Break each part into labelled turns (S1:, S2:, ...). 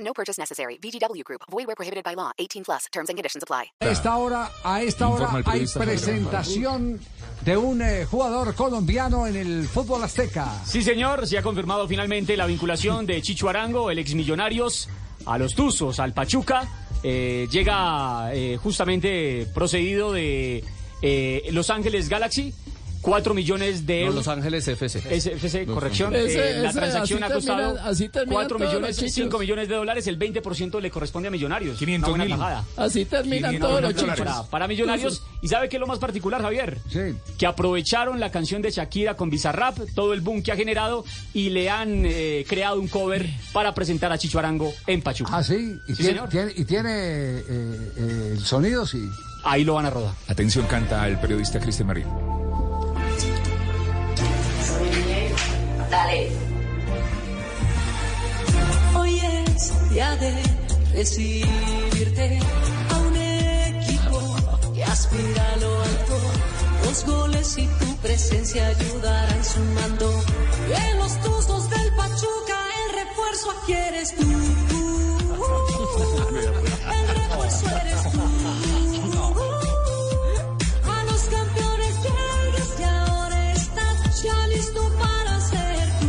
S1: No purchase necessary. VGW Group. Void where prohibited by law. 18 plus. Terms and conditions apply.
S2: A esta hora, a esta
S3: Informa
S2: hora
S3: el
S2: hay
S3: periodista
S2: presentación de un eh, jugador colombiano en el fútbol azteca.
S3: Sí, señor, se ha confirmado finalmente la vinculación de Chicho Arango, el ex Millonarios, a los Tuzos, al Pachuca. Eh, llega eh, justamente procedido de eh, Los Ángeles Galaxy, 4 millones de
S4: No,
S3: euros.
S4: Los Ángeles FC.
S3: SFC, corrección.
S5: Ángeles.
S3: eh,
S5: Ese-
S3: la
S5: ese,
S3: transacción
S5: así
S3: ha costado
S5: terminan- así terminan
S3: 4
S5: todos
S3: millones,
S5: los chichos.
S3: 5 millones de dólares, el 20% le corresponde a Millonarios.
S6: 500
S3: Una buena
S6: mil.
S3: tajada.
S5: Así terminan
S6: 500
S5: todos los
S6: dólares.
S5: chichos.
S3: Para, para Millonarios. ¿Y sabe qué es lo más particular, Javier?
S2: Sí.
S3: Que aprovecharon la canción de Shakira con Bizarrap, todo el boom que ha generado, y le han eh, creado un cover para presentar a Chicho Arango en Pachuca.
S2: Ah, sí, y tiene,
S3: Sí, señor.
S2: tiene- y tiene eh, eh, el sonido, sí.
S3: Ahí lo van a rodar.
S6: Atención, canta el periodista Cristian Marín.
S7: Hoy es día de recibirte a un equipo que aspira a lo alto. Los goles y tu presencia ayudarán sumando. En los tuzos del Pachuca el refuerzo aquí eres tú. El refuerzo eres tú. A los campeones llegas y ahora estás ya listo para ser tú.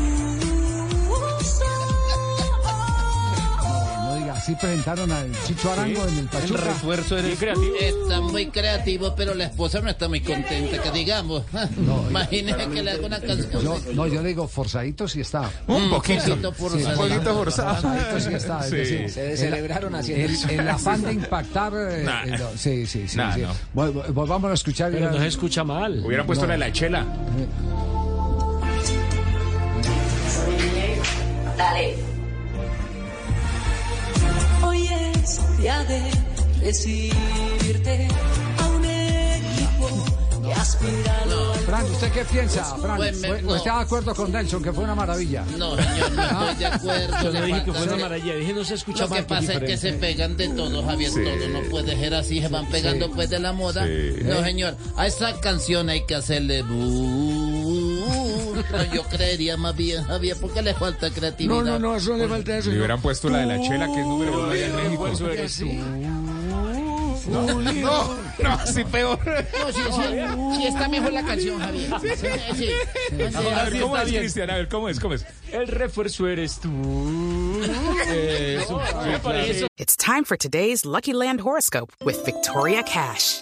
S2: No diga, así presentaron al Chicho Arango en el
S4: El
S2: Pachuca.
S4: refuerzo
S3: Bien
S4: eres
S3: creativo.
S8: Está muy creativo, pero la esposa no está muy contenta, que digamos. Ah, Imagínese que le haga una
S2: Yo,
S8: canción.
S2: no, yo le digo, forzadito Mm, sí está.
S6: Un poquito.
S8: poquito por-
S6: Un poquito
S2: Forzadito
S6: forzado.
S2: sí está. Es
S6: Sí.
S2: decir,
S5: Se
S2: el-
S5: celebraron haciendo
S2: el,
S5: eso.
S2: el afán de impactar. eh,
S6: Nah.
S2: el- sí, sí, sí.
S6: Nah,
S2: sí.
S6: no.
S2: Vol- vol- Volvamos a escuchar.
S4: Pero no se escucha mal.
S6: Hubieran puesto la de la chela.
S7: Hoy es día de recibirte a un equipo que aspira a lo alto.
S2: Fran, ¿usted qué piensa, Fran?
S8: Pues me-
S2: ¿O- o
S8: no.
S2: ¿Está de acuerdo con Nelson, que fue una maravilla?
S8: No, señor, no estoy de acuerdo.
S4: Ah, Yo
S8: le
S4: no dije que
S8: falta-
S4: fue una maravilla, dije no se escucha
S8: Lo
S4: mal.
S8: que pasa es que se pegan de todo, Javier, todo. No puede ser así, se van pegando pues de la moda. No, señor, a esa canción hay que hacerle... bu- No, yo creería más bien, Javier, porque le falta creatividad.
S2: eso le falta
S6: Le hubieran puesto la de la chela, que es número uno allá en México.
S3: Refuerzo eres tú.
S6: No, no, así peor.
S8: No, sí, sí, sí, está mejor la canción, Javier. Sí, sí.
S6: A ver, ¿cómo
S3: está
S6: es,
S3: bien.
S6: Cristian? A ver, ¿cómo es? ¿Cómo es?
S3: El refuerzo eres tú. Eso, me parece.
S9: It's time for today's Lucky Land horoscope with Victoria Cash.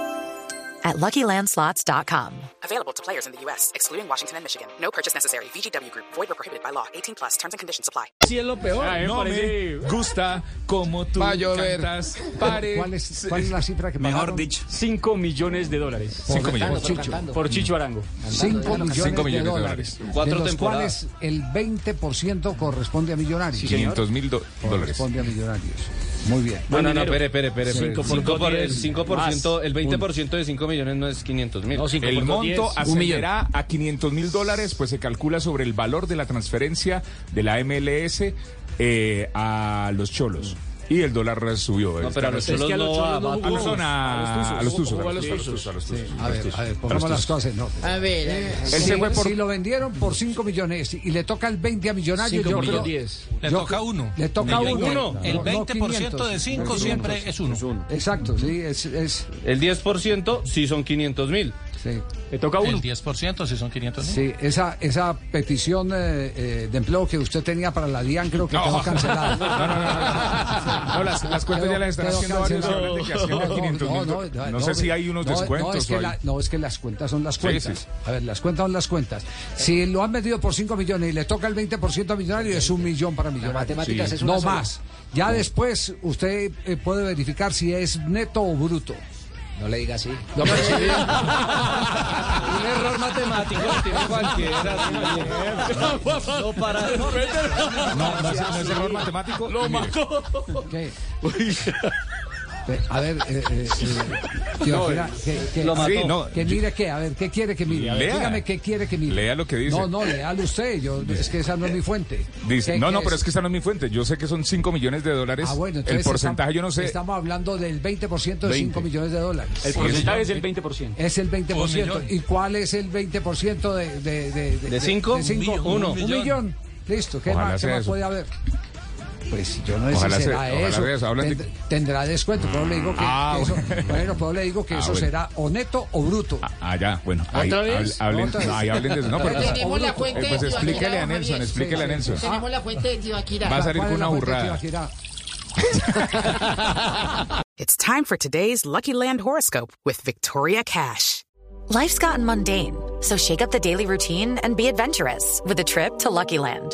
S9: at luckylandslots.com. Available to players in the U.S., excluding Washington and Michigan. No purchase necessary. VGW Group, void were prohibited by law. 18 plus terms and conditions apply.
S4: Sí es lo peor.
S6: A mí me
S3: No,
S6: parece-
S3: me-
S6: gusta como tú
S4: Va a llover.
S6: cantas. Pare.
S2: ¿Cuál es, cuál es la cifra que pagaron?
S3: 5 millones de dólares
S6: Cinco millones.
S3: por Chicho Arango.
S2: 5 millones,
S6: Cinco
S2: de
S6: millones de
S2: dólares.
S6: dólares.
S4: Cuatro
S2: de los
S4: temporadas.
S2: cuales el 20% corresponde a millonarios.
S6: 500 mil do- dólares.
S2: corresponde a millonarios. Muy bien.
S4: No,
S3: Buen
S4: no, no,
S3: dinero.
S4: espere, espere, espere.
S3: Cinco
S4: espere.
S3: por
S4: Cinco por-
S3: diez,
S4: El 5%,
S3: más.
S4: el 20% de 5 millones no es 500 mil.
S6: El monto ascenderá a 500 mil dólares, pues se calcula sobre el valor de la transferencia de la MLS eh, a los cholos. Y el dólar subió.
S4: No, pero a los
S6: Está-
S4: cholos
S3: que a los
S4: no
S3: cholos
S4: va-
S3: no
S4: va-
S3: jugó.
S6: A los, son a, a los tuzos.
S3: Jugó a los
S6: tuzos. a los tuzos, a
S2: A
S6: los
S2: ver,
S6: tuzos.
S2: a ver, pongamos las cosas en orden.
S8: A ver, a ver.
S6: Él se
S2: Si-
S6: fue por-
S2: Si lo vendieron por 5 millones y le toca el 20 a millonarios,
S4: Cinco
S2: yo
S4: por
S2: creo...
S4: diez.
S2: Le toca uno. Le toca uno. El 20% de 5 siempre es uno. Exacto, sí, es... es
S4: El 10% sí son 500 mil.
S2: Sí.
S3: Le toca a uno.
S5: El 10% si son 500 mil.
S2: Sí, esa, esa petición eh, eh, de empleo que usted tenía para la DIAN creo que quedó cancelada.
S6: No, no, no, no, no. No, las, las cuentas
S2: Quedó-
S6: ya las están
S2: quedó
S6: haciendo varios
S2: cancelado.
S6: ahora de que hacían
S2: No,
S6: de
S2: no,
S6: 500 mil.
S2: no,
S6: No,
S2: no, no,
S6: sé si hay unos
S2: no,
S6: descuentos.
S2: No es,
S6: o
S2: que
S6: hay-
S2: la- no, es que las cuentas son las
S6: Sí,
S2: cuentas.
S6: sí.
S2: A ver, las cuentas son las cuentas. Si lo han vendido por 5 millones y le toca el 20% a Millonario, es un millón para Millonario.
S10: matemáticas Sí. es una
S2: No
S10: sola.
S2: más. Ya después usted eh, puede verificar si es neto o bruto. No le diga así.
S10: Un error matemático tiene cualquiera. No para.
S6: No, no es- no es error matemático.
S10: Lo
S6: Mire,
S10: mató.
S2: A ver, eh, eh, eh, tío,
S6: No,
S2: mira,
S6: eh,
S2: que, que-
S6: lo mató. Sí, no,
S2: que
S6: yo-
S2: mire qué, a ver, ¿qué quiere que mire? A ver,
S6: Lea.
S2: dígame qué quiere que mire.
S6: Lea lo que dice.
S2: No, no, léalo usted, yo, es que esa no es mi fuente.
S6: Dice,
S2: ¿Qué-
S6: no,
S2: qué
S6: no, pero es que esa no es mi fuente. Yo sé que son 5 millones de dólares.
S2: Ah, bueno,
S6: el
S2: entonces
S6: porcentaje
S2: estamos-
S6: yo no sé.
S2: Estamos hablando del 20% de 5
S6: 20.
S2: millones de dólares.
S3: El porcentaje es el 20%.
S2: Es el 20%.
S3: millón.
S2: ¿Y cuál es el 20% de, de, de,
S3: ¿De cinco?
S2: de cinco?
S3: Un millón.
S2: Uno.
S3: Un
S2: Un
S3: millón.
S2: millón. Listo, ¿qué
S6: Ojalá
S2: más, qué
S6: sea
S2: más
S6: eso.
S2: puede haber? Pues yo no sé
S6: Ojalá
S2: si
S6: sea-
S2: será
S6: ojalá
S2: eso.
S6: sea eso. Hablan de-
S2: Tend- Tendrá descuento, pero le digo que,
S6: Ah,
S2: que eso, bueno, pero le digo que
S6: Ah,
S2: eso
S6: bueno.
S2: será o neto o bruto.
S6: Ah, ya, bueno. Ahí,
S2: ¿Otra
S6: hable-
S2: vez?
S6: hablen,
S2: ¿Otra vez?
S6: no, ahí hablen de eso. No, pero
S2: Pero
S6: pues,
S2: tenemos la fuente
S6: eh, pues
S2: de Ibaquira,
S6: explíquele a
S2: don
S6: Nelson,
S2: Javier.
S6: explíquele a
S2: Sí, sí,
S6: Nelson.
S2: sí.
S11: Tenemos la fuente de Tibaquirá.
S6: Va a salir
S2: ¿Cuál
S6: con
S2: es
S6: una
S2: la fuente de
S6: burrada.
S2: Tibaquirá?
S9: It's time for today's Lucky Land horoscope with Victoria Cash. Life's gotten mundane, so shake up the daily routine and be adventurous with a trip to Lucky Land.